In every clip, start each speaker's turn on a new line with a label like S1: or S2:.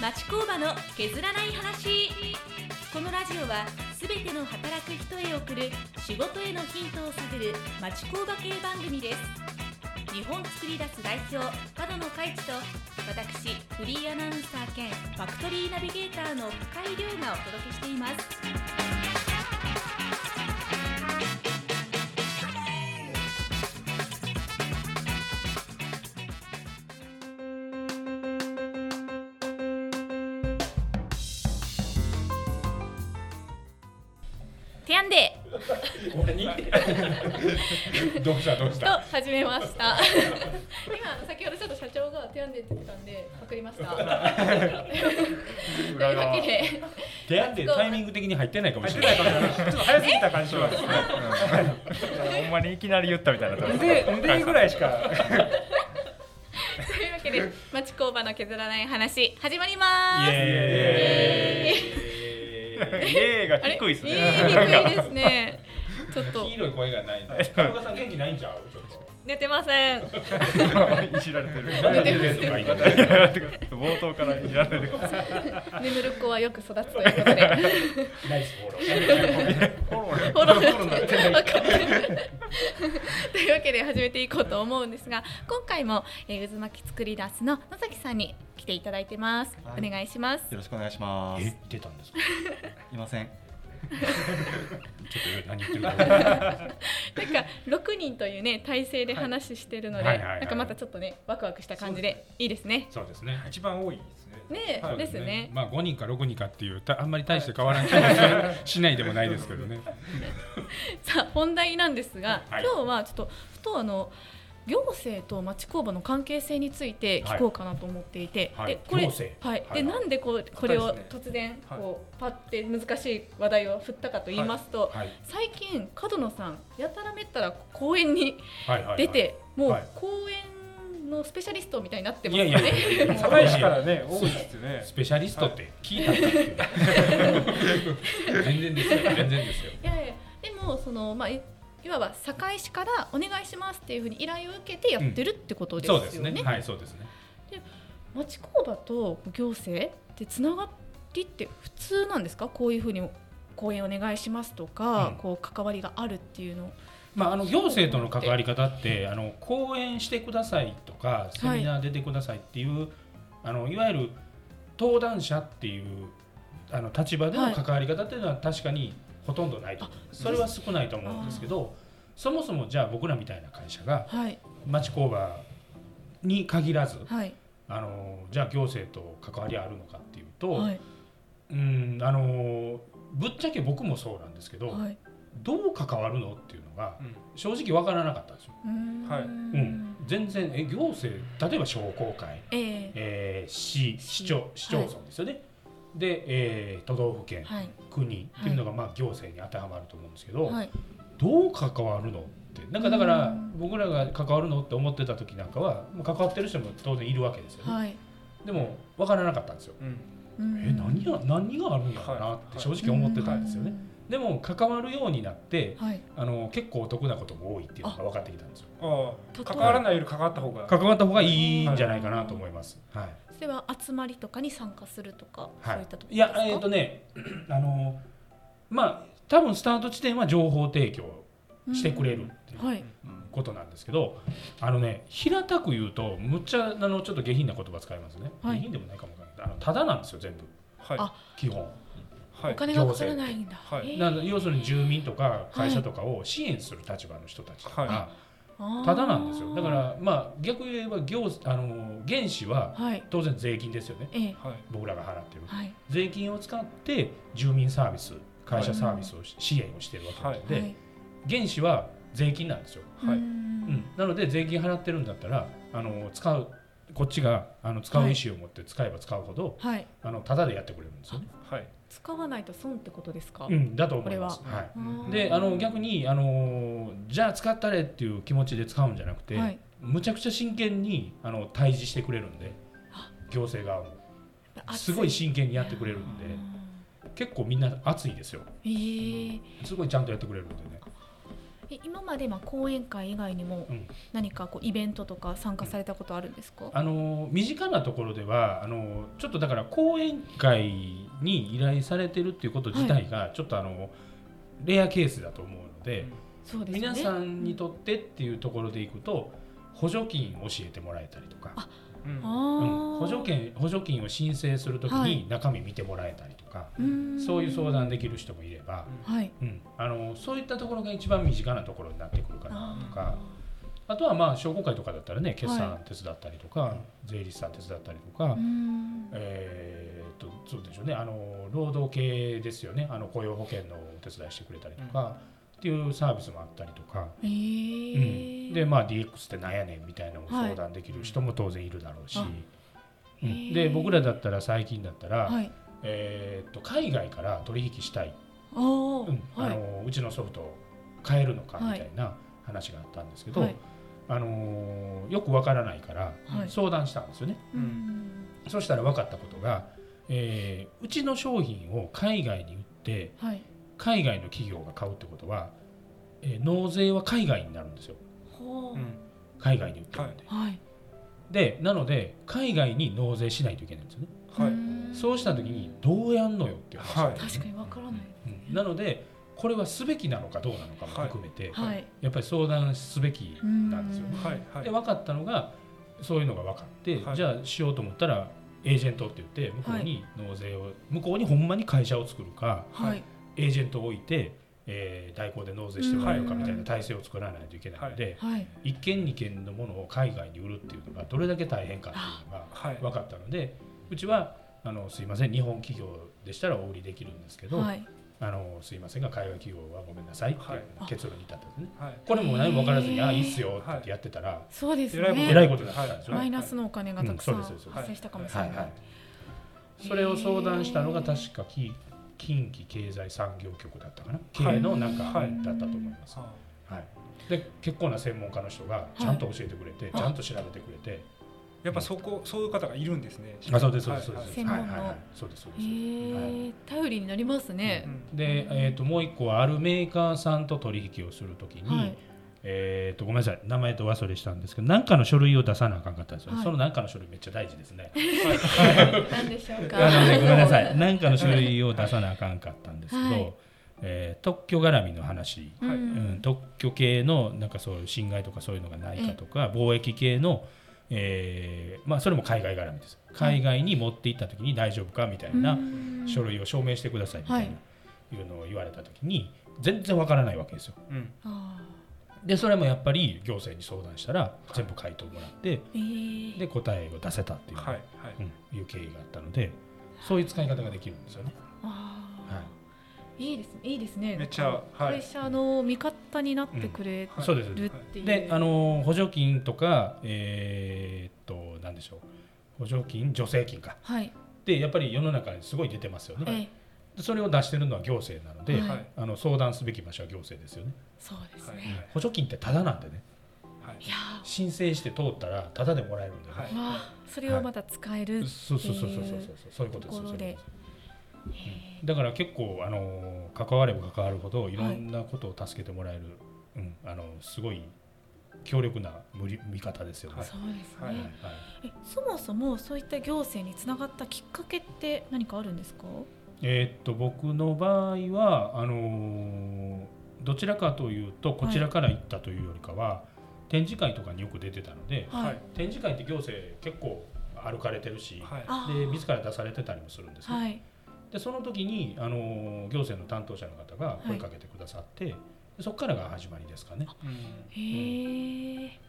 S1: 町工場の削らない話このラジオはすべての働く人へ送る仕事へのヒントを探る町工場系番組です日本作り出す代表角野海地と私フリーアナウンサー兼ファクトリーナビゲーターの深井亮がお届けしていますテヤンデー
S2: 俺に どうしたどうし
S1: と
S2: た
S1: 始めました
S3: 今先ほどちょっと社長が手編んでって言ってたんでパクり ました。という
S2: 裏
S3: わ
S2: 側
S3: けで
S4: 出会ってタイミング的に入ってないかも
S2: 入っ
S4: してれ
S2: な
S4: ないい。
S2: かもしれないちょっと早すぎた感じは
S5: ほんまにいきなり言ったみたいな。
S2: 腕腕ぐらいしか
S3: というわけで町工場の削らない話始まりま
S4: イ
S3: す。
S4: エーイ。
S5: イエーイが
S3: あれ
S5: 低いですね。
S3: えー低いですね。ちょっと
S2: 黄色い声がないんだ田中さん元気ないんちゃうちょっと
S3: 寝てません。
S5: いじられてる。
S2: はい
S5: 冒頭からいじられる。
S3: 眠る子はよく育つということで。
S2: ナイスフォロ
S3: フォローになってるわかんないというわけで始めていこうと思うんですが今回も、えー、渦巻き作り出すの野崎さんに来ていただいてます、
S6: はい
S3: お願いします
S6: よろしくお願いしま
S2: ー
S6: す。
S2: 出たんですか
S6: いません。
S2: ちょっと何言ってるか分かんない
S3: なんか6人というね体制で話してるので、
S2: はいはいはいはい
S3: なんかまたちょっとねワクワクした感じでいいですね
S2: そうですね一番多いですね
S3: ねえ
S2: そう
S3: ですね
S2: まあ5人か6人かっていうたあんまり大して変わらん気がするしないでもないですけどね
S3: さあ本題なんですが、
S2: はい
S3: 今日はちょっとふとあの行政と町工場の関係性について聞こうかなと思っていて、
S2: はい
S3: でこれ
S2: 行政
S3: はい、で、
S2: はい
S3: なんでこうこれを
S5: そうです
S3: 突然こう、パって難しい話題を振ったかと言いますと、
S2: はい
S3: 最近角野さんやたらめったら公園に
S2: はいはいはい
S3: 出て、
S2: は
S3: も
S2: いう
S3: 公園のスペシャリストみ たいになってま
S2: い
S3: すよ
S2: や
S3: ね。
S2: いやいや堺市から
S5: ね、多いですね
S2: スペシャリストって聞いたんだっていう全然ですよ全然ですよ
S3: いやいやでもそのまあいいわば堺市からお願いしますっていうふうに依頼を受けてやってるってことです
S2: そ
S3: よ
S2: う
S3: ね。
S2: ですねはいそうですね
S3: 町工場と行政ってつながりって普通なんですかこういうふうに講演お願いしますとか、
S2: うん
S3: こう関わりがあるっていうの
S2: まあ、あの行政との関わり方ってあの講演してくださいとかセミナー出てくださいっていう、い、あのいわゆる登壇者っていうあの立場での関わり方っていうのは確かにほとんどないと、それは少ないと思うんですけどそもそもじゃあ僕らみたいな会社が
S3: はい
S2: 町工場に限らず
S3: はい
S2: あのじゃあ行政と関わりあるのかっていうと、
S3: はい
S2: うんあのぶっちゃけ僕もそうなんですけど、
S3: はい
S2: どう関わるのっていうのが
S5: うん
S2: 正直わからなかったんですよ。
S3: うーん
S5: はい
S2: うん、全然え行政例えば商工会、
S3: ええ
S2: えー市市町市町村ですよね、で、えー都道府県、
S3: はい
S2: 国っていうのがまあ行政に当てはまると思うんですけど、
S3: はい
S2: どう関わるのってなんかだか
S3: う
S2: ら
S3: ん
S2: 僕らが関わるのって思ってた時なんかはもう関わってる人も当然いるわけですよね、
S3: はい
S2: でも分からなかったんですよ。え何や何があるんやろなって正直思ってたんですよね、でも関わるようになって
S3: はい
S2: あの結構お得なことも多いっていうのが分かってきたんですよ
S5: あ
S3: 例え
S5: あ
S3: ば
S5: 関わらないより関わった方が。
S2: 関わった方がいいんじゃないかなと思います、はい、
S3: それは集まりとかに参加するとか、
S2: はい
S3: そういったところ
S2: いや、えっ、とね、 あの、まあ、多分スタート地点は情報提供してくれるっていう
S3: はい
S2: ことなんですけど、あのね、平たく言うと、むっちゃ、あの、ちょっと下品な言葉使いますね。
S3: はい
S2: 下品でもないかもわかんないけど、あの、ただなんですよ、全部、
S5: はい。
S3: あ
S2: 基本。
S5: は
S3: お
S5: い。
S3: 金がかからないんだ、
S5: はい
S3: ええ
S2: なので要するに住民とか会社とかを支援する立場の人たちが、
S5: は
S3: あー
S2: ただなんですよ。だから、まあ、逆に言えば、行、あの、原資は
S3: はい
S2: 当然税金ですよね。
S3: ええ
S5: はい。
S2: 僕らが払ってる。
S3: はい
S2: 税金を使って住民サービス会社サービスをし支援をしてるわけなので、
S3: はい
S2: 原資は税金なんですよ、
S5: はいう
S3: ー
S2: うんんなので税金払ってるんだったらあの使うこっちがあの使う意思を持って使えば使うほど、
S3: はい
S2: あのタダでやってくれるんですよね、
S5: はい。
S3: 使わないと損ってことですか、
S2: うん、だと思います
S5: これは
S2: は
S3: あー
S2: い、であの逆にあのじゃあ使ったれっていう気持ちで使うんじゃなくて、
S3: はい
S2: むちゃくちゃ真剣にあの対峙してくれるんで行政側もすごい真剣にやってくれるんで結構みんな熱いですよ
S3: ええ
S2: すごいちゃんとやってくれるんでね
S3: え今までまあ講演会以外にも
S2: うん
S3: 何かこうイベントとか参加されたことあるんですか、
S2: あの身近なところではあのちょっとだから講演会に依頼されてるっていうこと自体がちょっとあの、レアケースだと思うので、
S3: そうですよ
S2: 皆
S3: ね
S2: さんにとってっていうところでいくと補助金教えてもらえたりとか、
S5: うん
S3: あ
S2: う
S3: ー
S2: ん補助金補助金を申請するとき
S3: は
S2: に
S3: い
S2: 中身見てもらえたりとか、
S3: うん
S2: そういう相談できる人もいれば、
S3: はい
S2: うん、あのそういったところが一番身近なところになってくるかな
S3: あ
S2: とかあとはまあ商工会とかだったらね決算手伝ったりとか、税理士さん手伝ったりとか、
S3: ーうん
S2: えーっとそうでしょうねあの労働系ですよねあの雇用保険のお手伝いしてくれたりとか、っていうサービスもあったりとか、
S3: え
S2: う
S3: ー
S2: ん、でまあ DX ってなんやねんみたいなのを相談できる人も当然いるだろうし、
S3: はいあ
S2: うん、
S3: へ
S2: で
S3: ー
S2: 僕らだったら最近だったら、
S3: はい
S2: えーっと海外から取引したい
S3: あー
S2: うんあ
S3: はい
S2: のうちのソフトを変えるのか
S3: はい
S2: みたいな話があったんですけど、
S3: はい
S2: あのーよくわからないから
S3: はい
S2: 相談したんですよね、
S3: うん
S2: そしたら分かったことが、えーうちの商品を海外に売って
S3: はい
S2: 海外の企業が買うってことは、えー納税は海外になるんですよ
S3: ほう
S5: うん
S2: 海外に売ってるんで、
S3: はい
S2: でなので海外に納税しないといけないんですよね、
S5: は
S3: う
S5: い
S3: ん
S2: そうした時にどうやんのよっていう話、
S5: はい
S3: 確かにわからない
S2: うんなのでこれはすべきなのかどうなのかも含めて、
S3: はい
S2: やっぱり相談すべきなんですよ。
S3: うん
S5: はいはい
S2: で分かったのがそういうのが分かって、
S5: はい
S2: じゃあしようと思ったらエージェントって言って向こうに納税を、向こうにほんまに会社を作るか
S3: はい
S2: エージェントを置いて、えー代行で納税してもらえるかみたいな体制を作らないといけないので、
S3: はい
S2: 1件2件のものを海外に売るっていうのがどれだけ大変かっていうのが
S5: はい
S2: 分かったのでうちはあのすいません日本企業でしたらお売りできるんですけど、
S3: はい
S2: あのすいませんが海外企業はごめんなさいっていう結論に至ったんですね。
S5: はい
S2: これも何も分からずに「
S3: へー
S2: あいいっすよ」って言ってやってたら、
S3: そうです
S5: えらいこと
S2: えら
S3: ね
S2: いことになったんですよね。
S3: マイナスのお金がたくさ
S2: うんんそうですそうです
S3: 発生したかもしれ
S2: は
S3: ないい
S2: はい、それを相談したのが確かき近畿経済産業局だったかな
S5: はい
S2: 系の中
S5: はい
S2: だったと思います、
S5: は
S2: はいで結構な専門家の人がちゃんと教えてくれて、
S3: あ
S2: ちゃんと調べてくれて
S5: いやっぱそこそういう方がいるんですね
S2: あそうですそうですそう
S5: は
S2: で
S5: いはい
S2: す、
S3: 専
S2: は
S3: 門
S2: い
S3: の
S2: はいはい、そうですそうです、
S3: へえ頼りになりますね
S5: うん
S2: で、えー、ともう一個はあるメーカーさんと取引をするときに、
S3: はい
S2: えー、とごめんなさい名前と忘れしたんですけど何かの書類を出さなあかんかったんですよね、
S3: はい
S2: その何かの書類めっちゃ大事ですね
S3: 何でしょうか
S2: あのね、ごめんな さい、何かの書類を出さなあかんかったんですけど、
S3: はい
S2: えー特許絡みの話、
S3: うん
S5: はい
S2: うん特許系のなんかそういう侵害とかそういうのがないかとか、貿易系の、えーまあ、それも海外絡みです。海外に持って行った時に大丈夫かみたいな
S3: うん
S2: 書類を証明してくださいみたいな、、
S3: はい
S2: うのを言われた時に全然わからないわけですよ。
S5: うん
S3: あ
S2: でそれもやっぱり行政に相談したら全部回答もらって
S3: ーええ
S2: で答えを出せたっていう,、
S5: はいはい
S2: うん、いう経緯があったのでそういう使い方ができるんですよね。
S3: あー
S2: はい
S3: いいですねいいですね
S5: めっちゃはい
S3: 会社の味方になってくれ
S5: はい
S2: そうです
S3: るっていう
S2: であの補助金とかえーっと何でしょう補助金助成金か
S3: はい
S2: でやっぱり世の中にすごい出てますよね、
S3: ええ
S2: でそれを出してるのは行政なので、
S3: はい
S5: はい
S2: あの相談すべき場所は行政ですよね、
S3: そうです
S5: はい
S3: ね
S2: 補助金ってタダなんでね
S5: はい
S3: いや
S2: 申請して通ったらタダでもらえるんでね、
S5: はい
S3: ーわあそれをまた使える
S2: そうそうそうそうそうそうそういうことです
S3: ところ
S2: そういうことで
S3: ですへ
S2: だから結構あの関われば関わるほどいろんなことを助けてもらえる、うん、あのすごい強力な無理味方ですよね、
S3: ー
S5: はい
S3: そうです
S5: はい
S3: ね
S2: はい
S3: えそもそもそういった行政につながったきっかけって何かあるんですか
S2: えーっと僕の場合はあのーどちらかというとこちらから行ったというよりかは、展示会とかによく出てたので
S5: はいはい
S2: 展示会って行政結構歩かれてるし、
S5: はい
S3: あ
S2: で
S3: ー
S2: 自ら出されてたりもするんですね、
S3: はい
S2: でその時に、あのー行政の担当者の方が声かけてくださって、でそこからが始まりですかね。
S5: うん
S3: へえ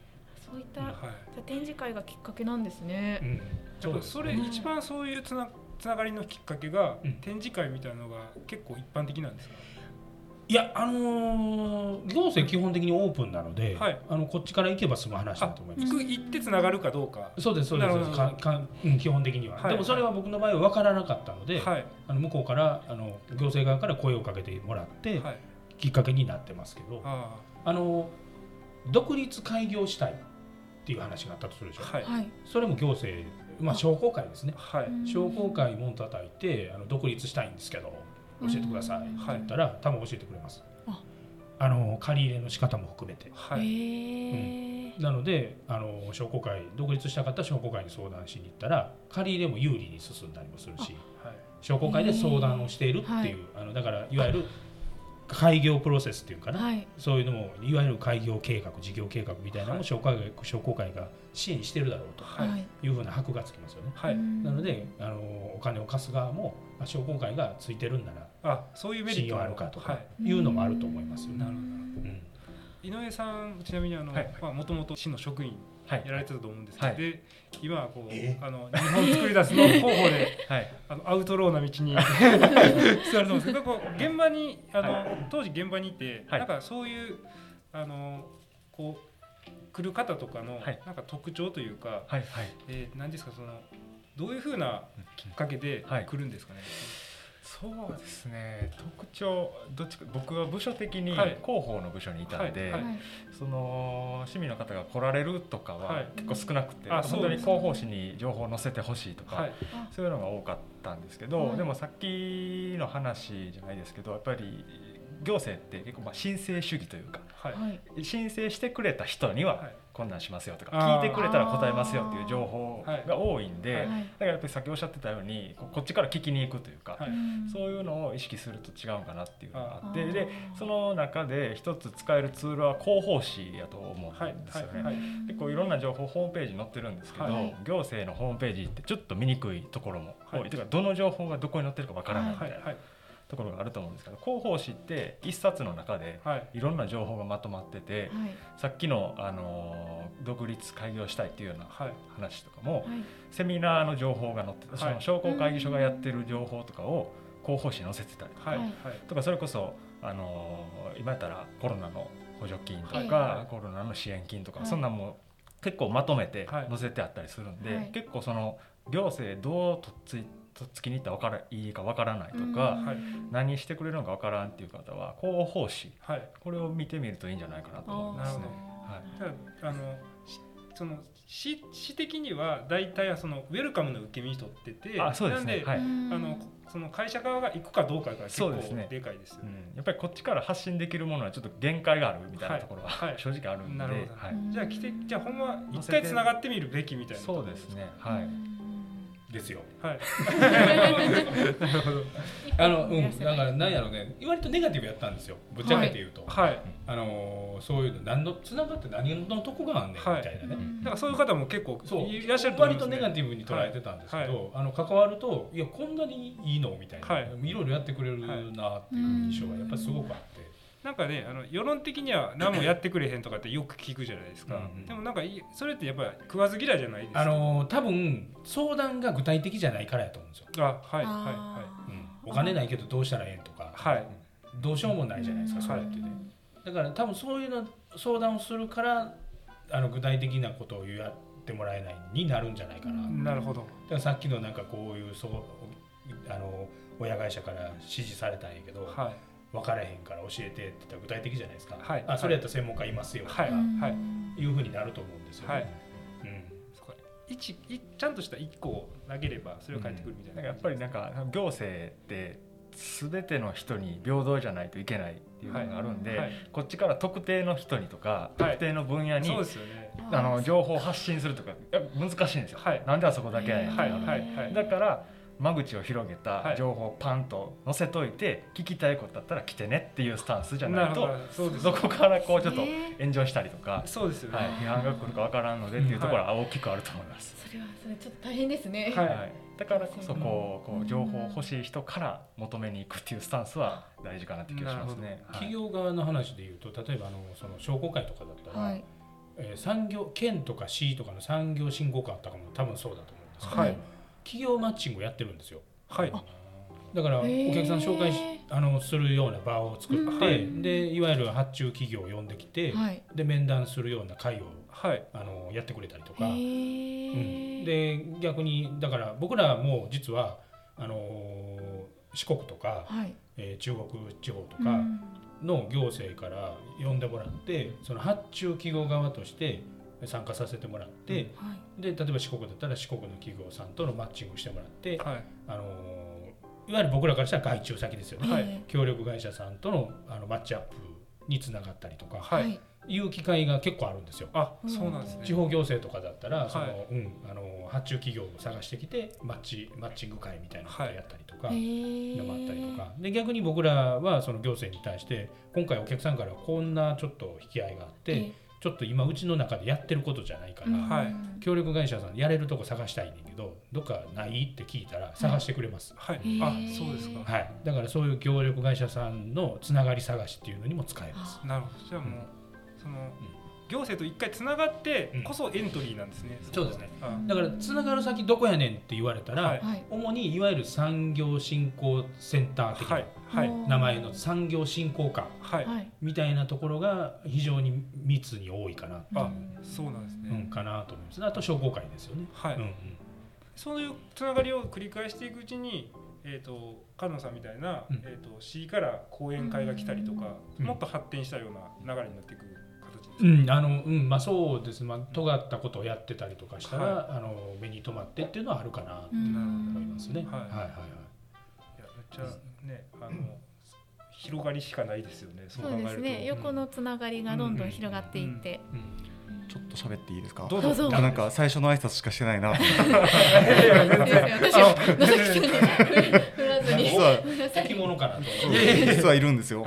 S3: そういった
S2: うん
S5: はい
S3: じゃあ展示会がきっかけなんですね
S2: う。ん
S5: やっぱそれ一番そういうつなつながりのきっかけが、
S2: うん
S5: 展示会みたいなのが結構一般的なんですか、
S2: いや、あのー行政基本的にオープンなので、
S5: はい
S2: あのこっちから行けば済む話だと思います。
S5: 僕行ってつながるかどうか、
S2: そうですそうです
S5: なるほど
S2: かかうん基本的には、
S5: はい
S2: でもそれは僕の場合は分からなかったので、
S5: はい
S2: あの向こうからあの行政側から声をかけてもらって、
S5: はい
S2: きっかけになってますけど
S5: あ
S2: あの独立開業したいっていう話があったとするでし
S5: あ
S2: ょ、
S5: はい
S3: はい。
S2: それも行政、まあ、
S3: あ
S2: 商工会ですね
S5: はい
S2: 商工会門叩いてあの独立したいんですけど教えてくださいって
S3: うん
S2: 言ったら多分教えてくれます。
S3: あ
S2: ああの借り入れの仕方も含めて
S5: は
S3: へ
S5: い、
S3: え
S2: なのであの商工会独立したかった商工会に相談しに行ったら借り入れも有利に進んだりもするし
S5: はい、
S2: 商工会で相談をしているっていう、
S3: はい
S2: あのだからいわゆる開業プロセスっていうかな、
S3: はい
S2: そういうのもいわゆる開業計画事業計画みたいなのも商工会,、商工会が支援してるだろうと
S5: は、
S3: はいい
S2: いうふうな箔がつきますよね。
S5: は
S3: う
S5: い、
S3: ん
S2: なのであのお金を貸す側もあ商工会がついてるんなら
S5: あ、そういうメ
S2: 信
S5: リット
S2: 用
S5: も
S2: あるかと
S5: は
S2: か
S5: い、
S2: いうのもあると思いますよね。
S5: なるほど
S2: うん
S5: 井上さんちなみにあの、
S6: はい
S5: まあ元々市の職員
S6: は
S5: や
S6: い
S5: られてたと思うんですけど、
S6: はい
S5: で今はこ
S2: え
S5: うあの日本作り出すの 候補で
S6: はい
S5: あのアウトローな道に 座ると思うんですけどこう現場にあの、当時現場にいて、
S6: はい
S5: なんかそういうあのこう来る方とかの、
S6: はい
S5: なんか特徴というか、
S6: はいはい
S5: えー、何ですかそのどういうふうなきっかけで
S6: はい
S5: 来るんですかね。
S6: そうですね特徴どっちか僕は部署的に
S5: はい
S6: 広報の部署にいたんで、
S5: はい
S3: はい
S6: その市民の方が来られるとか
S5: は
S6: はい結構少なくて、
S5: あ
S6: 本当に
S5: そう
S6: 広報誌に情報を載せてほしいとか、
S5: はい、
S6: そういうのが多かったんですけど、
S3: はい
S6: でもさっきの話じゃないですけどやっぱり行政って結構まあ申請主義というか
S5: はい、
S3: はい
S6: 申請してくれた人には
S5: はい
S6: こんなんしますよとか、
S5: あー
S6: 聞いてくれたら答えますよっていう情報が多いんで、
S5: はい
S6: だからやっぱりさっきおっしゃってたようにここっちから聞きに行くというか、
S5: はい
S6: そういうのを意識すると違うかなっていうのがあっ
S3: あ
S6: て
S3: ー
S6: でその中で一つ使えるツールは広報誌やと思うんですよね。
S5: はいはい
S6: 結構いろんな情報ホームページに載ってるんですけど、
S3: はい
S6: 行政のホームページってちょっと見にくいところも多い、
S5: はい
S6: というかどの情報がどこに載ってるかわからないみた
S5: はいい、
S6: な
S5: はい、
S6: ところがあると思うんですけど広報誌って一冊の中で
S5: はい、
S6: いろんな情報がまとまってて
S3: はい
S6: さっきの、あのー独立開業したいっていうような
S5: はい、
S6: 話とかも
S3: はい
S6: セミナーの情報が載ってて、
S5: はい
S6: その商工会議所がやってる情報とかを広報誌に載せてたりとか,、
S5: はい、
S3: はい
S5: はい。
S6: とかそれこそ、あのー今やったらコロナの補助金とか、
S5: はい
S6: コロナの支援金とか、
S3: はい
S6: そんなんも結構まとめて
S5: はい
S6: 載せてあったりするんで、
S3: はい
S6: 結構その行政どうとっついとっつきに行ったらわからいいかわからないと
S3: う
S6: か、
S3: ん
S5: はい
S6: 何してくれるのかわからんっていう方は広報誌
S5: はい、
S6: これを見てみるといいんじゃないかなと思いますね。
S3: あー
S5: ただあのしその市市的には大体そのウェルカムの受け身取ってて
S6: あそうですね
S5: なんで、
S6: はい
S3: うん
S5: あのその会社側が行くかどうかが結
S6: そ
S5: 構
S6: うですね
S5: でかいですよ
S6: う
S5: ね。
S6: ん、やっぱりこっちから発信できるものはちょっと限界があるみたいなところは、
S5: はいはい
S6: 正直あるんで、
S5: な
S6: は
S5: る
S6: い
S5: ほど
S3: うん
S5: じゃあ来てじゃあほんま
S6: 乗
S5: 一
S6: せて
S5: 回つながってみるべきみたいなとこ
S6: そ
S5: ろ
S6: うですね、はい、
S2: ですよ。
S5: はい
S2: あの、うん、だから、なんやろうね、割とネガティブやったんですよ。ぶっちゃけて言うと、
S5: はい
S2: あのーそういうの、何の、つながって、何のとこがあんねんみたいなね。
S5: だからそういう方も結構
S2: そう
S5: いらっしゃると思
S2: 割
S5: いま
S2: と
S5: すね
S2: ネガティブに捉えてたんですけど、
S5: は
S2: あの関わるといやこんなにいいのみたいな、、
S5: はい
S2: ろいろやってくれるなっていう印象がやっぱりすごくあって、
S5: なんかねあの世論的には何もやってくれへんとかってよく聞くじゃないですか、
S2: うんうん
S5: でもなんかいそれってやっぱり食わず嫌いじゃないですか
S2: あのー多分相談が具体的じゃないからやと思うんですよ、
S5: あはいはいは
S3: あ
S2: う
S3: ー
S2: ん、お金ないけどどうしたらええとか、
S5: はい
S2: どうしようもないじゃないですか、
S5: うん
S2: それってね。だから多分そういうの相談をするからあの具体的なことをやってもらえないになるんじゃないかな、
S3: う
S5: い
S2: だ
S3: ん
S5: なるほど
S2: からさっきのなんかこういうそうあの親会社から指示されたんやけど、
S5: はい
S2: 分からへんから教えてって言ったら具体的じゃないですか、
S5: はい
S2: あそれやったら専門家いますよとか、
S5: はいはい
S2: い、うふうになると思うんですよね。
S5: はい
S2: うん
S5: そこ一一ちゃんとした一個を投げればそれを返ってくるみたい
S6: なん
S5: な、
S6: かやっぱりなんか行政って全ての人に平等じゃないといけないっていうのがあるんで、
S5: はい
S6: こっちから特定の人にとか、
S5: はい
S6: 特定の分野に
S5: そうですよね
S6: あの情報を発信するとかいや難しいんですよ、
S5: はい
S6: なんであそこだけやねんってな
S5: はい
S6: るんで、
S5: はいはい
S6: だから間口を広げ
S5: は
S6: た
S5: い
S6: 情報をパンと載せといて、聞きたいことだったら来てねっていうスタンスじゃ
S5: な
S6: な
S5: る
S6: い
S5: ほ
S6: と
S5: どそうです
S6: どこからこうちょっと
S3: ね
S6: 炎上したりとか、
S5: そうですよね、
S6: はい、批判が来るかわからんのでっていうところは大きくあると思います。
S3: それはそれちょっと大変ですね。
S5: はい
S6: はい、だからこそこう
S3: うん
S6: こう情報を欲しい人から求めに行くっていうスタンスは大事かなって気がしますね。はい
S2: 企業側の話でいうと例えばあのその商工会とかだったら、
S3: はい。
S2: えー産業県とか市とかの産業振興官とかも多分そうだと思うんですけど、
S5: はい
S2: 企業マッチングをやってるんですよ
S5: はい
S2: だからお
S3: へー
S2: 客さん紹介しあのするような場を作って、
S5: うん
S2: でいわゆる発注企業を呼んできて、
S3: はい。
S2: で面談するような会を
S5: はい
S2: あのやってくれたりとか。う
S3: で、
S2: んで逆にだから僕らも実はあのー四国とか、
S3: はい。
S2: えー中国地方と
S3: う
S2: か
S3: ん
S2: の行政から呼んでもらってその発注企業側として参加させてもらって、
S3: はい。
S2: で例えば四国だったら四国の企業さんとのマッチングしてもらって、
S5: はい
S2: あのーいわゆる僕らからしたら外注先ですよね、
S5: はい
S3: え
S2: 協力会社さんとのあのマッチアップにつながったりとか
S5: はい
S3: はい
S2: いう機会が結構あるんですよ。
S5: あ
S3: うん
S5: そうなんですね
S2: 地方行政とかだったら、
S5: い
S2: そのうん、あの発注企業を探してきてマッチマッチング会みたいなことをやったりとか、
S3: へ
S2: のもあったりと
S3: ー
S2: かで逆に僕らはその行政に対して今回お客さんからこんなちょっと引き合いがあって、
S3: え
S2: ちょっと今うちの中でやってることじゃないか
S3: う
S2: ら、
S3: ん
S5: はい
S2: 協力会社さんやれるとこ探したいねんけどどっかないって聞いたら探してくれます、
S5: はい
S3: へ
S5: あ
S3: ー
S5: そうですか
S2: はい、だからそういう協力会社さんのつながり探しっていうのにも使えます。
S5: なるほどじゃあもうその行政と一回つながってこそエントリーなんですね
S2: そうですね
S5: あ
S2: だからつながる先どこやねんって言われたら、
S5: はい
S3: はい
S2: 主にいわゆる産業振興センター的
S5: は
S2: ない
S5: はい
S2: 名前の産業振興課
S5: はい
S3: はい
S2: みたいなところが非常に密に多いかな
S5: あ
S3: うん
S5: そうなんです
S2: うん、
S5: ね
S2: かなと思います。あと商工会ですよね。
S5: は
S2: うんう
S5: い
S2: ん、
S5: そういうつながりを繰り返していくうちにえーと菅野さんみたいな
S2: うん
S5: えーと市から講演会が来たりとか
S2: うん
S5: もっと発展したような流れになっていく形です
S2: うん、あの、うん、まあ、そうです。まあ、尖ったことをやってたりとかしたら、
S5: は
S2: あの、目に留まってっていうのはあるかな
S3: う
S2: と
S3: ん
S2: 思いますね。
S5: はい
S2: はい、はい、
S5: いやめっちゃねあの広がりしかないですよねそう
S3: そ
S5: 考
S3: う
S5: える
S3: で
S5: と
S3: すね横のつながりがどんどん広がっていって、
S6: ちょっと喋っていいですか
S5: どう
S3: どう
S5: ぞ
S3: ぞ
S6: あなんか最初の挨拶しかしてないなと思っ
S3: そうですね
S6: て
S3: 私野崎さんに振らずに
S6: 実は
S3: ごめんなさ
S2: う
S3: い
S2: ん。先物かなと。
S6: 実はいるんですよ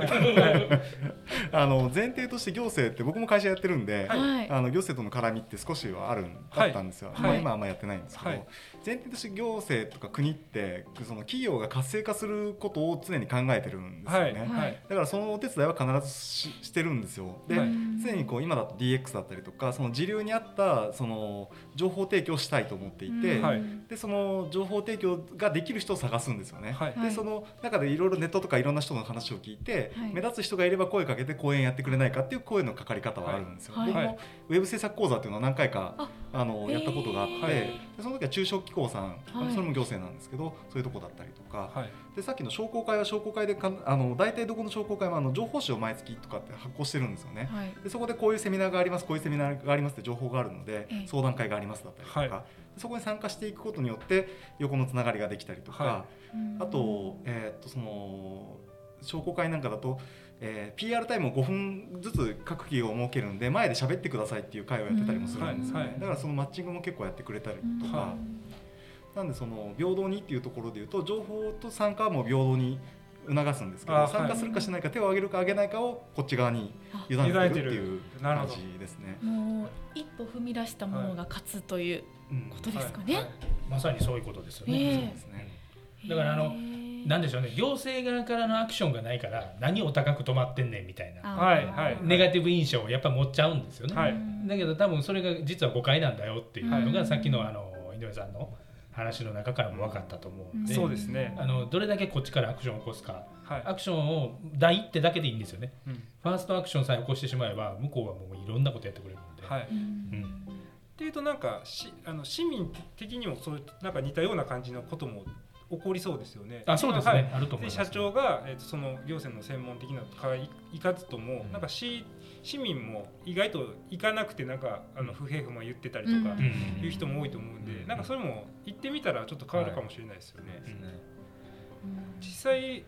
S6: あの前提として行政って僕も会社やってるんで、
S3: はい
S6: あの行政との絡みって少しはあるん
S5: は
S6: だ
S5: い
S6: ったんですよ、
S5: はい
S6: まあ、今はあんまやってないんですけど、
S5: はい
S6: 前提として行政とか国ってその企業が活性化することを常に考えてるんですよ
S5: はい
S6: ね、
S5: は
S3: はいい
S6: だからそのお手伝いは必ずししてるんですよで、
S5: は
S6: 常にこう今だと DX だったりとかその時流に合ったその情報提供をしたいと思っていて、
S3: うん
S5: はい
S6: でその情報提供ができる人を探すんですよね。
S5: はい
S3: は
S6: で
S3: い
S6: その中でいろいろネットとかいろんな人の話を聞いて、
S3: はい
S6: 目立つ人がいれば声かけて講演やってくれないかっていう声のかかり方はあるんですよ。
S3: はい
S6: 僕
S5: はい
S6: もウェブ制作講座っていうのは何回か
S3: あ
S6: あのやったことがあって、
S3: へー
S6: でその時は中小機構さん、あの
S3: はい
S6: それも行政なんですけどそういうとこだったりとか、
S5: はい
S6: でさっきの商工会は商工会でかんあの大体どこの商工会もあの情報誌を毎月とかって発行してるんですよね。
S3: はい
S6: でそこでこういうセミナーがありますこういうセミナーがありますって情報があるので、
S3: ええ
S6: 相談会がありますだったりとか、
S5: はい
S6: そこに参加していくことによって横のつながりができたりとか、
S5: は
S6: あと,、えーっとその商工会なんかだと、えー PR タイムを5分ずつ各企業を設けるんで前で喋ってくださいっていう会をやってたりもするんですよね、
S5: うんはいはい
S6: だからそのマッチングも結構やってくれたり
S3: うん
S6: とか、
S5: は
S6: なんでその平等にっていうところで言うと情報と参加はもう平等に促すんですけ
S5: あは
S6: ど
S5: い
S6: 参加するかしないか手を挙げるか挙げないかをこっち側に委ね
S5: あ委ね
S6: て
S5: て
S6: るっ
S5: る
S6: ていう
S5: なるほ
S6: 感
S5: ど
S6: じですね。
S3: もう一歩踏み出したものが勝つという
S6: うん
S3: ことですか
S5: いは
S3: ね
S5: い。
S2: まさにそういうことですよ
S3: え
S2: ね。
S6: そうですね
S2: だからあの
S3: へー
S2: なんでしょうね。行政側からのアクションがないから、何お高く止まってんねんみたいな。
S3: あ
S5: はいはい
S2: ネガティブ印象をやっぱ持っちゃうんですよね。
S5: はい
S2: だけど多分それが実は誤解なんだよっていうの
S3: は
S2: が
S3: い
S2: さっきのあの井上さんの話の中からも分かったと思うんで、
S3: ん
S5: そうですね
S2: あのどれだけこっちからアクションを起こすか
S5: はい
S2: アクションを第一手だけでいいんですよね
S5: うん
S2: ファーストアクションさえ起こしてしまえば向こうはもういろんなことやってくれるので、
S5: はいっ
S3: うん
S2: うん
S5: ていうとなんかしあの市民的にもそうなんか似たような感じのことも起こりそうですよね
S2: あそうですね、
S5: はい
S2: あると思い
S5: で
S2: ます
S5: 社長が、えー、とその行政の専門的な会行かずとも、
S2: うん
S5: なんか市市民も意外と行かなくてなんかあの不平不満言ってたりとか
S3: う
S2: うん
S5: いう人も多いと思うんで、
S2: うん
S5: なんかそれも行ってみたらちょっと変わるかもしれないですよね。
S2: うん
S5: 実際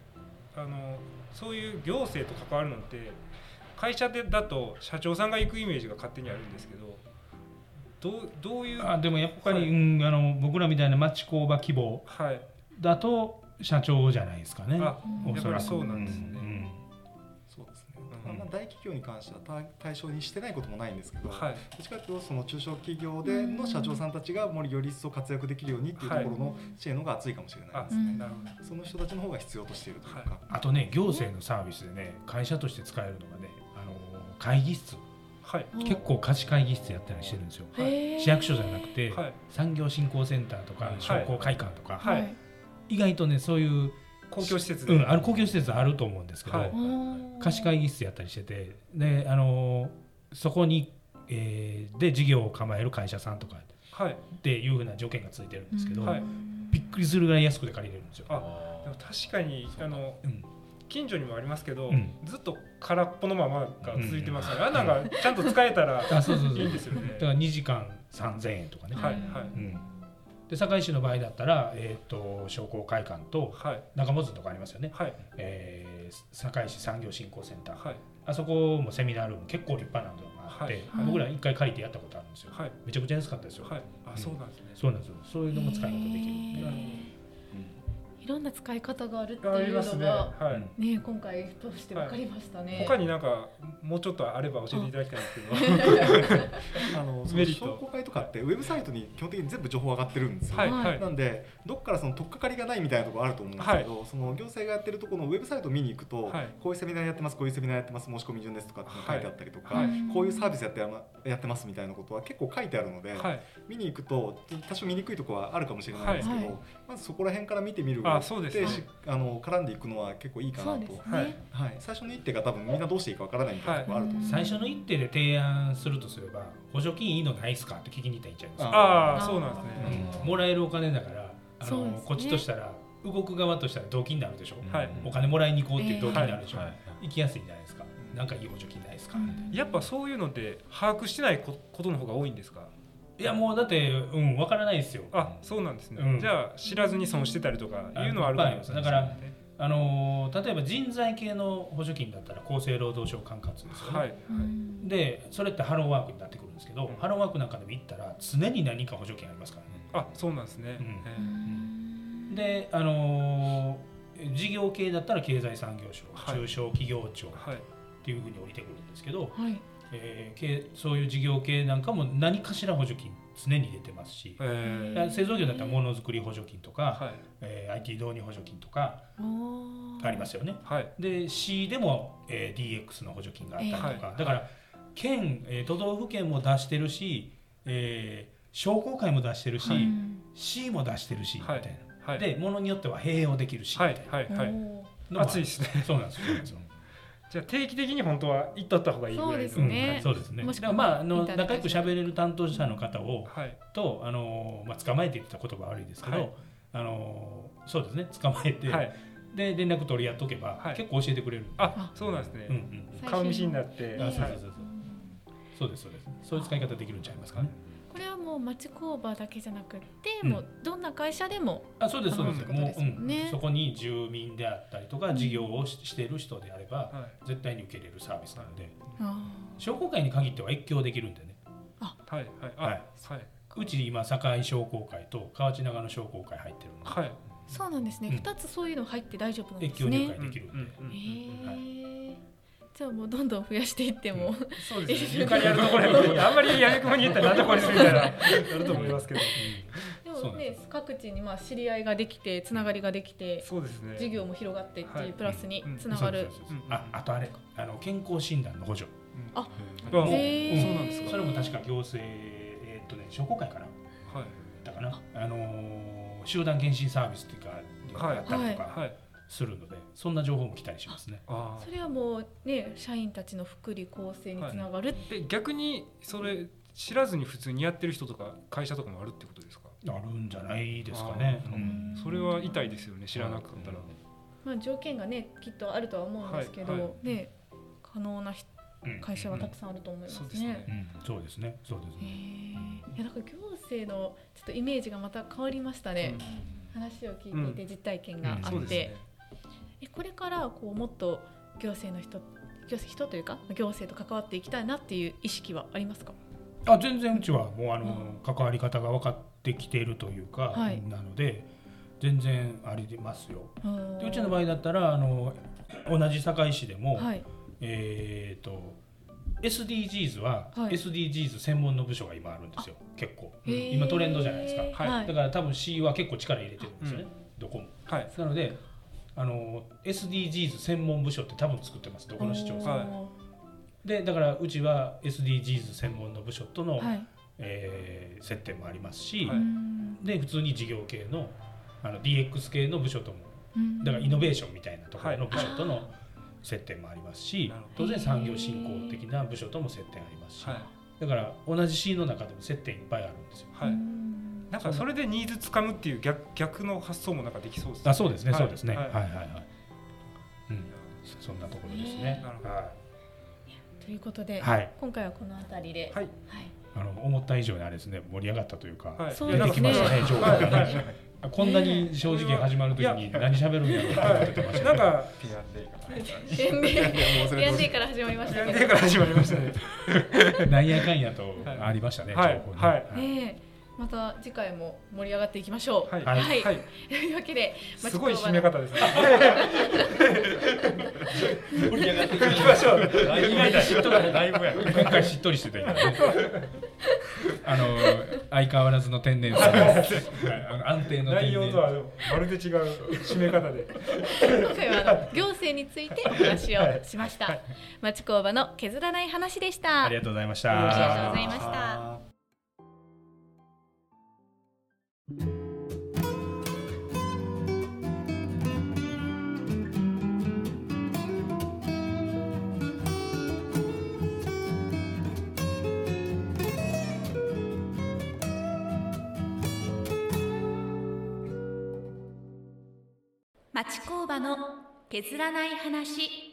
S5: あのそういう行政と関わるのって会社でだと社長さんが行くイメージが勝手にあるんですけどどうどういう
S2: あでもやっぱり、
S5: はい
S2: うん、あの僕らみたいな町工場希望
S5: はい、
S2: だと社長じゃないですかね
S5: あ
S2: お
S5: やっ
S2: そ
S5: ぱ
S2: ら
S5: り
S2: く
S5: そうなんですね。
S6: そうですね
S5: うん
S6: あんま大企業に関しては対対象にしてないこともないんですけど、
S5: はい
S6: どっちかというとその中小企業での社長さんたちがもうより一層活躍できるようにっていうところの支援の方が厚いかもしれない
S5: あ
S6: ですね、
S5: なるほど
S6: その人たちの方が必要としているというか、
S2: あとね行政のサービスでね会社として使えるのがねあの会議室
S5: はい
S2: 結構貸し会議室やったりしてるんですよ、
S5: はい
S3: へー
S2: 市役所じゃなくて、
S5: はい
S2: 産業振興センターと
S5: は
S2: か
S5: い
S2: 商工会館とか、
S5: はい
S2: 意外とねそういう、
S5: 公共施設で、
S2: うん、ある公共施設あると思うんですけど、
S5: はい
S2: 貸し会議室やったりしててであのそこに、えーで事業を構える会社さんとか
S5: はい
S2: っていうふうな条件がついてるんですけど、
S5: うんはい
S2: びっくりするぐらい安くて借りれるんですよ。
S5: あでも確かにあの
S2: うん
S5: 近所にもありますけど、
S2: うん
S5: ずっと空っぽのままが続いてますから、穴がちゃんと使えたら
S2: あそうそうそう
S5: いいんですよね
S2: だから2時間3000円とかね、
S5: はいはい
S2: うん、で堺市の場合だったら、えー、と商工会館と
S5: はい
S2: 中本のとこありますよね、
S5: はい
S2: えー堺市産業振興センター
S5: はい
S2: あそこもセミナールーム結構立派なのがあって、
S3: はい
S2: 僕ら一回借りてやったことあるんですよ、
S5: はい
S2: めちゃくちゃ安かったですよ、
S5: はいあそうなんですね
S2: そうなんですよそういうのも使い方できるんで
S3: へーいろんな使い方があるって
S5: あ
S3: い
S5: り
S3: う
S5: ます
S3: の
S5: ね
S3: が
S5: は
S2: うん
S5: い
S3: ね今回通して分かりましたね。
S5: 他になんかもうちょっとあれば教えていただきたいんですけど
S6: あのそ
S5: メ
S6: の
S5: リット
S6: 商工会とかってウェブサイトに基本的に全部情報上がってるんですよ、
S5: はいはい
S6: なんでどっからその取っかかりがないみたいなところあると思うんですけど、その行政がやってるところのウェブサイトを見に行くと、
S5: はい
S6: こういうセミナーやってますこういうセミナーやってます申し込み順ですとかっていうのが書いてあったりとか、
S5: はい
S6: こういうサービスやってやまやってますみたいなことは結構書いてあるので、
S5: はい
S6: 見に行くと多少見にくいところはあるかもしれないんですけど、
S3: はい
S6: まずそこら辺から見てみる
S5: あそうですね
S6: しあの絡んでいくのは結構いいか
S3: そ
S6: な
S3: う
S6: と
S3: で、す
S5: はい
S3: ね。
S6: はい、最初の一手が多分みんなどうしていいかわからないみたいなところあると思うんですよ
S2: 最初の一手で提案するとすれば補助金いいのないですかって聞きに行ったらいいんちゃいますか
S5: ああそうなんですね
S2: うんもらえるお金だからあ
S3: そ
S2: の
S3: うですね
S2: こっちとしたら動く側としたら動機になるでしょ、
S5: はい
S2: お金もらいに行こうっていう動機になるでしょ、
S4: はい
S2: 行きやすいんじゃないですかなんかいい補助金ないですか、
S5: やっぱそういうのって把握してないこことの方が多いんですか
S2: いやもうだってうんわからないですよ
S5: あそうなんですね、
S2: うん
S5: じゃあ知らずに損してたりとかいうのはあるかもしれないですね
S2: だからあのー例えば人材系の補助金だったら厚生労働省管轄ですよね、
S5: はいはい
S2: でそれってハローワークになってくるんですけど、
S5: うん
S2: ハローワークなんかでも行ったら常に何か補助金ありますからね
S5: あそうなんですね、
S2: うん
S5: え
S2: であのー事業系だったら経済産業省、
S5: はい
S2: 中小企業庁っ
S5: ーはい
S2: ていうふうに降りてくるんですけど、
S3: はい。
S2: えーけそういう事業系なんかも何かしら補助金常に出てますし、
S5: え
S2: だから製造業だったらものづくり補助金とか、
S5: ー、はい
S2: えー IT 導入補助金とか
S3: あ
S2: ありますよね。
S5: はい
S2: で C でも、えー DX の補助金があったりとか、
S5: は
S2: だから県、えー都道府県も出してるし、えー商工会も出してるし、
S3: はい
S2: C も出してるしみたいな。
S5: はい
S2: でものによっては併用できるしみ
S5: は
S2: たい
S5: い
S2: な
S5: はいはい
S3: おー
S2: のもある
S5: 暑いですね
S2: そうなんですよそうなんですよ。
S5: じゃあ定期的に本当は行っとった方がいいぐらいの
S3: そうです
S2: うん
S3: ね
S2: はいそうですね。
S3: も
S2: だ
S3: し
S2: か
S3: くは
S2: らまああ
S3: イン
S2: の
S3: ターネット
S2: 仲良く喋れる担当者の方を
S5: はい
S2: とあのまあ捕まえてって言った言葉悪いですけど、
S5: はい
S2: あのそうですね捕まえて、
S5: はい
S2: で連絡取り合っとけば、
S5: はい
S2: 結構教えてくれる。
S5: あそうなんですね、
S2: うんうん。
S3: 最終
S5: 顔見知りになって、
S2: あ
S5: は
S2: そうそう
S5: い
S2: そうそうそうですそうです。そういう使い方できるんちゃいますかね。
S3: これはもう町工場だけじゃなくて、
S2: うん
S3: もうどんな会社でも、
S2: あそうですそうです。
S3: うん
S2: も
S3: ってこ
S2: う、
S3: とですもんね
S2: うんそこに住民であったりとか事業をししている人であれば、
S5: はい
S2: 絶対に受けれるサービスなので、
S3: あ
S2: 商工会に限っては越境できるんでね。
S5: はいはいあ
S2: は
S5: はいい
S2: うち今堺商工会と河内長野商工会入ってるの
S5: はい
S3: ーそうなんですね、
S2: うん
S3: 2つそういうの入って大丈夫なん
S2: で
S3: です
S2: 越境入
S3: ね
S2: 会。できるんで、
S5: うんうん
S3: へーじゃあもうどんどん増やしていっても、
S5: そうですねゆかりあるところ にあんまりやみくもに言ったらなんでこれするみたいなあると思いますけど
S3: で
S2: そう
S3: も
S2: なんで
S3: ね各地にまあ知り合いができてつながりができて
S5: そうですね
S3: 事業も広がってって
S5: はいいう
S3: プラスに
S5: うん
S3: つながる
S2: そう。そうそうそうああとあれあの健康診断の補助
S5: あもう
S3: へー
S5: そうなんですか
S2: それも確か行政えーっとね商工会かな
S5: はい
S2: だかなあのー集団検診サービスっていうか
S5: はい
S2: あったりとか
S5: はい
S2: するので、そんな情報も来たりしますね。
S5: あー
S3: それはもうね社員たちの福利厚生につながる、
S5: で逆にそれ知らずに普通にやってる人とか会社とかもあるってことですか
S2: あるんじゃないですかね。
S5: あー
S2: うん
S5: それは痛いですよね知らなかったら、
S3: まあ、条件がねきっとあるとは思うんですけど、
S5: はいは
S3: ね可能なひ
S2: うん
S3: 会社はたくさんあると思います
S5: そうです
S3: ね
S5: ね。
S2: うん、そうですね。そうです
S3: へ
S2: ね。
S3: えいやなんか行政のちょっとイメージがまた変わりましたね、話を聞いていて実体験があ
S5: うん
S3: って、
S5: そうですね
S3: えこれからこうもっと行政の人行政人というか行政と関わっていきたいなっていう意識はありますか、
S2: あ全然うちはもうあの、
S3: うん
S2: 関わり方が分かってきているというか、
S3: はい
S2: なので全然ありますよ。
S3: うん
S2: でうちの場合だったらあの同じ堺市でも、
S3: はい、
S2: えっ、と SDGs は、
S3: はい
S2: SDGs 専門の部署が今あるんですよ結構
S3: へー
S2: 今トレンドじゃないですか、
S5: はい
S2: だから多分 C は結構力入れてるんですよね、
S5: う
S2: どこも。
S5: はい
S2: なのであの SDGs 専門部署って多分作ってますどこの市町
S3: お
S2: 村
S3: ー
S5: さん
S2: でだからうちは SDGs 専門の部署との、
S3: はい
S2: えー接点もありますし、
S5: はい
S3: うん
S2: で普通に事業系のあの DX 系の部署とも
S3: うん
S2: だからイノベーションみたいなところの
S5: はい
S2: 部署との接点もありますし
S5: なるほ
S2: 当
S5: ど
S2: 然産業振興的な部署とも接点ありますし
S5: はい
S2: だから同じ C の中でも接点いっぱいあるんですよ。
S5: は
S3: う
S5: い
S3: ん
S5: なんかそれでニーズつかむっていう逆逆の発想もなんかできそうです
S2: あそうですね、
S5: はい
S2: そうですね、は、
S5: はいい
S2: はいはいうんそそんなところですね
S5: ね。
S2: は
S3: ということで、
S2: い、はい、
S3: 今回はこの辺りで、は
S5: はい
S3: い
S2: あの思った以上にあれですね盛り上がったというか、
S5: はい
S3: そう
S2: 出てきましたね
S5: いや
S2: 情報
S5: なんか
S2: が
S5: はい
S2: ね。こんなに正直始まるときに何喋るんやろうと思 ってました
S5: なんか
S4: ピアンでいいかな
S3: P&D
S6: もうそれどうし
S3: P&D から始まりましたけ
S5: 年
S3: ど
S5: から始まりましたね。
S2: なんやかんやと
S5: はい
S2: ありましたね、
S5: はい
S2: 情報ね
S5: はい
S3: ねえまた次回も盛り上がっていきましょう
S5: はい
S2: はい
S3: はい
S5: はい。
S3: というわけです
S5: ごい締め方ですね。
S4: 盛り上がっていき
S5: 行きましょう。
S4: ライブやライブや
S2: 今回しっとりしてた今ねあの相変わらずの天然さ ですはいあの安定の
S5: 内
S2: 天
S5: 容
S2: 然
S5: とはまるで違う締め方で。
S3: 今回はあの行政についてお話をしました町工場の削らない話でした
S2: ありがとうございまし
S5: あり
S2: た
S5: がとうございました
S3: ありがとうございました
S1: 町工場の削らない話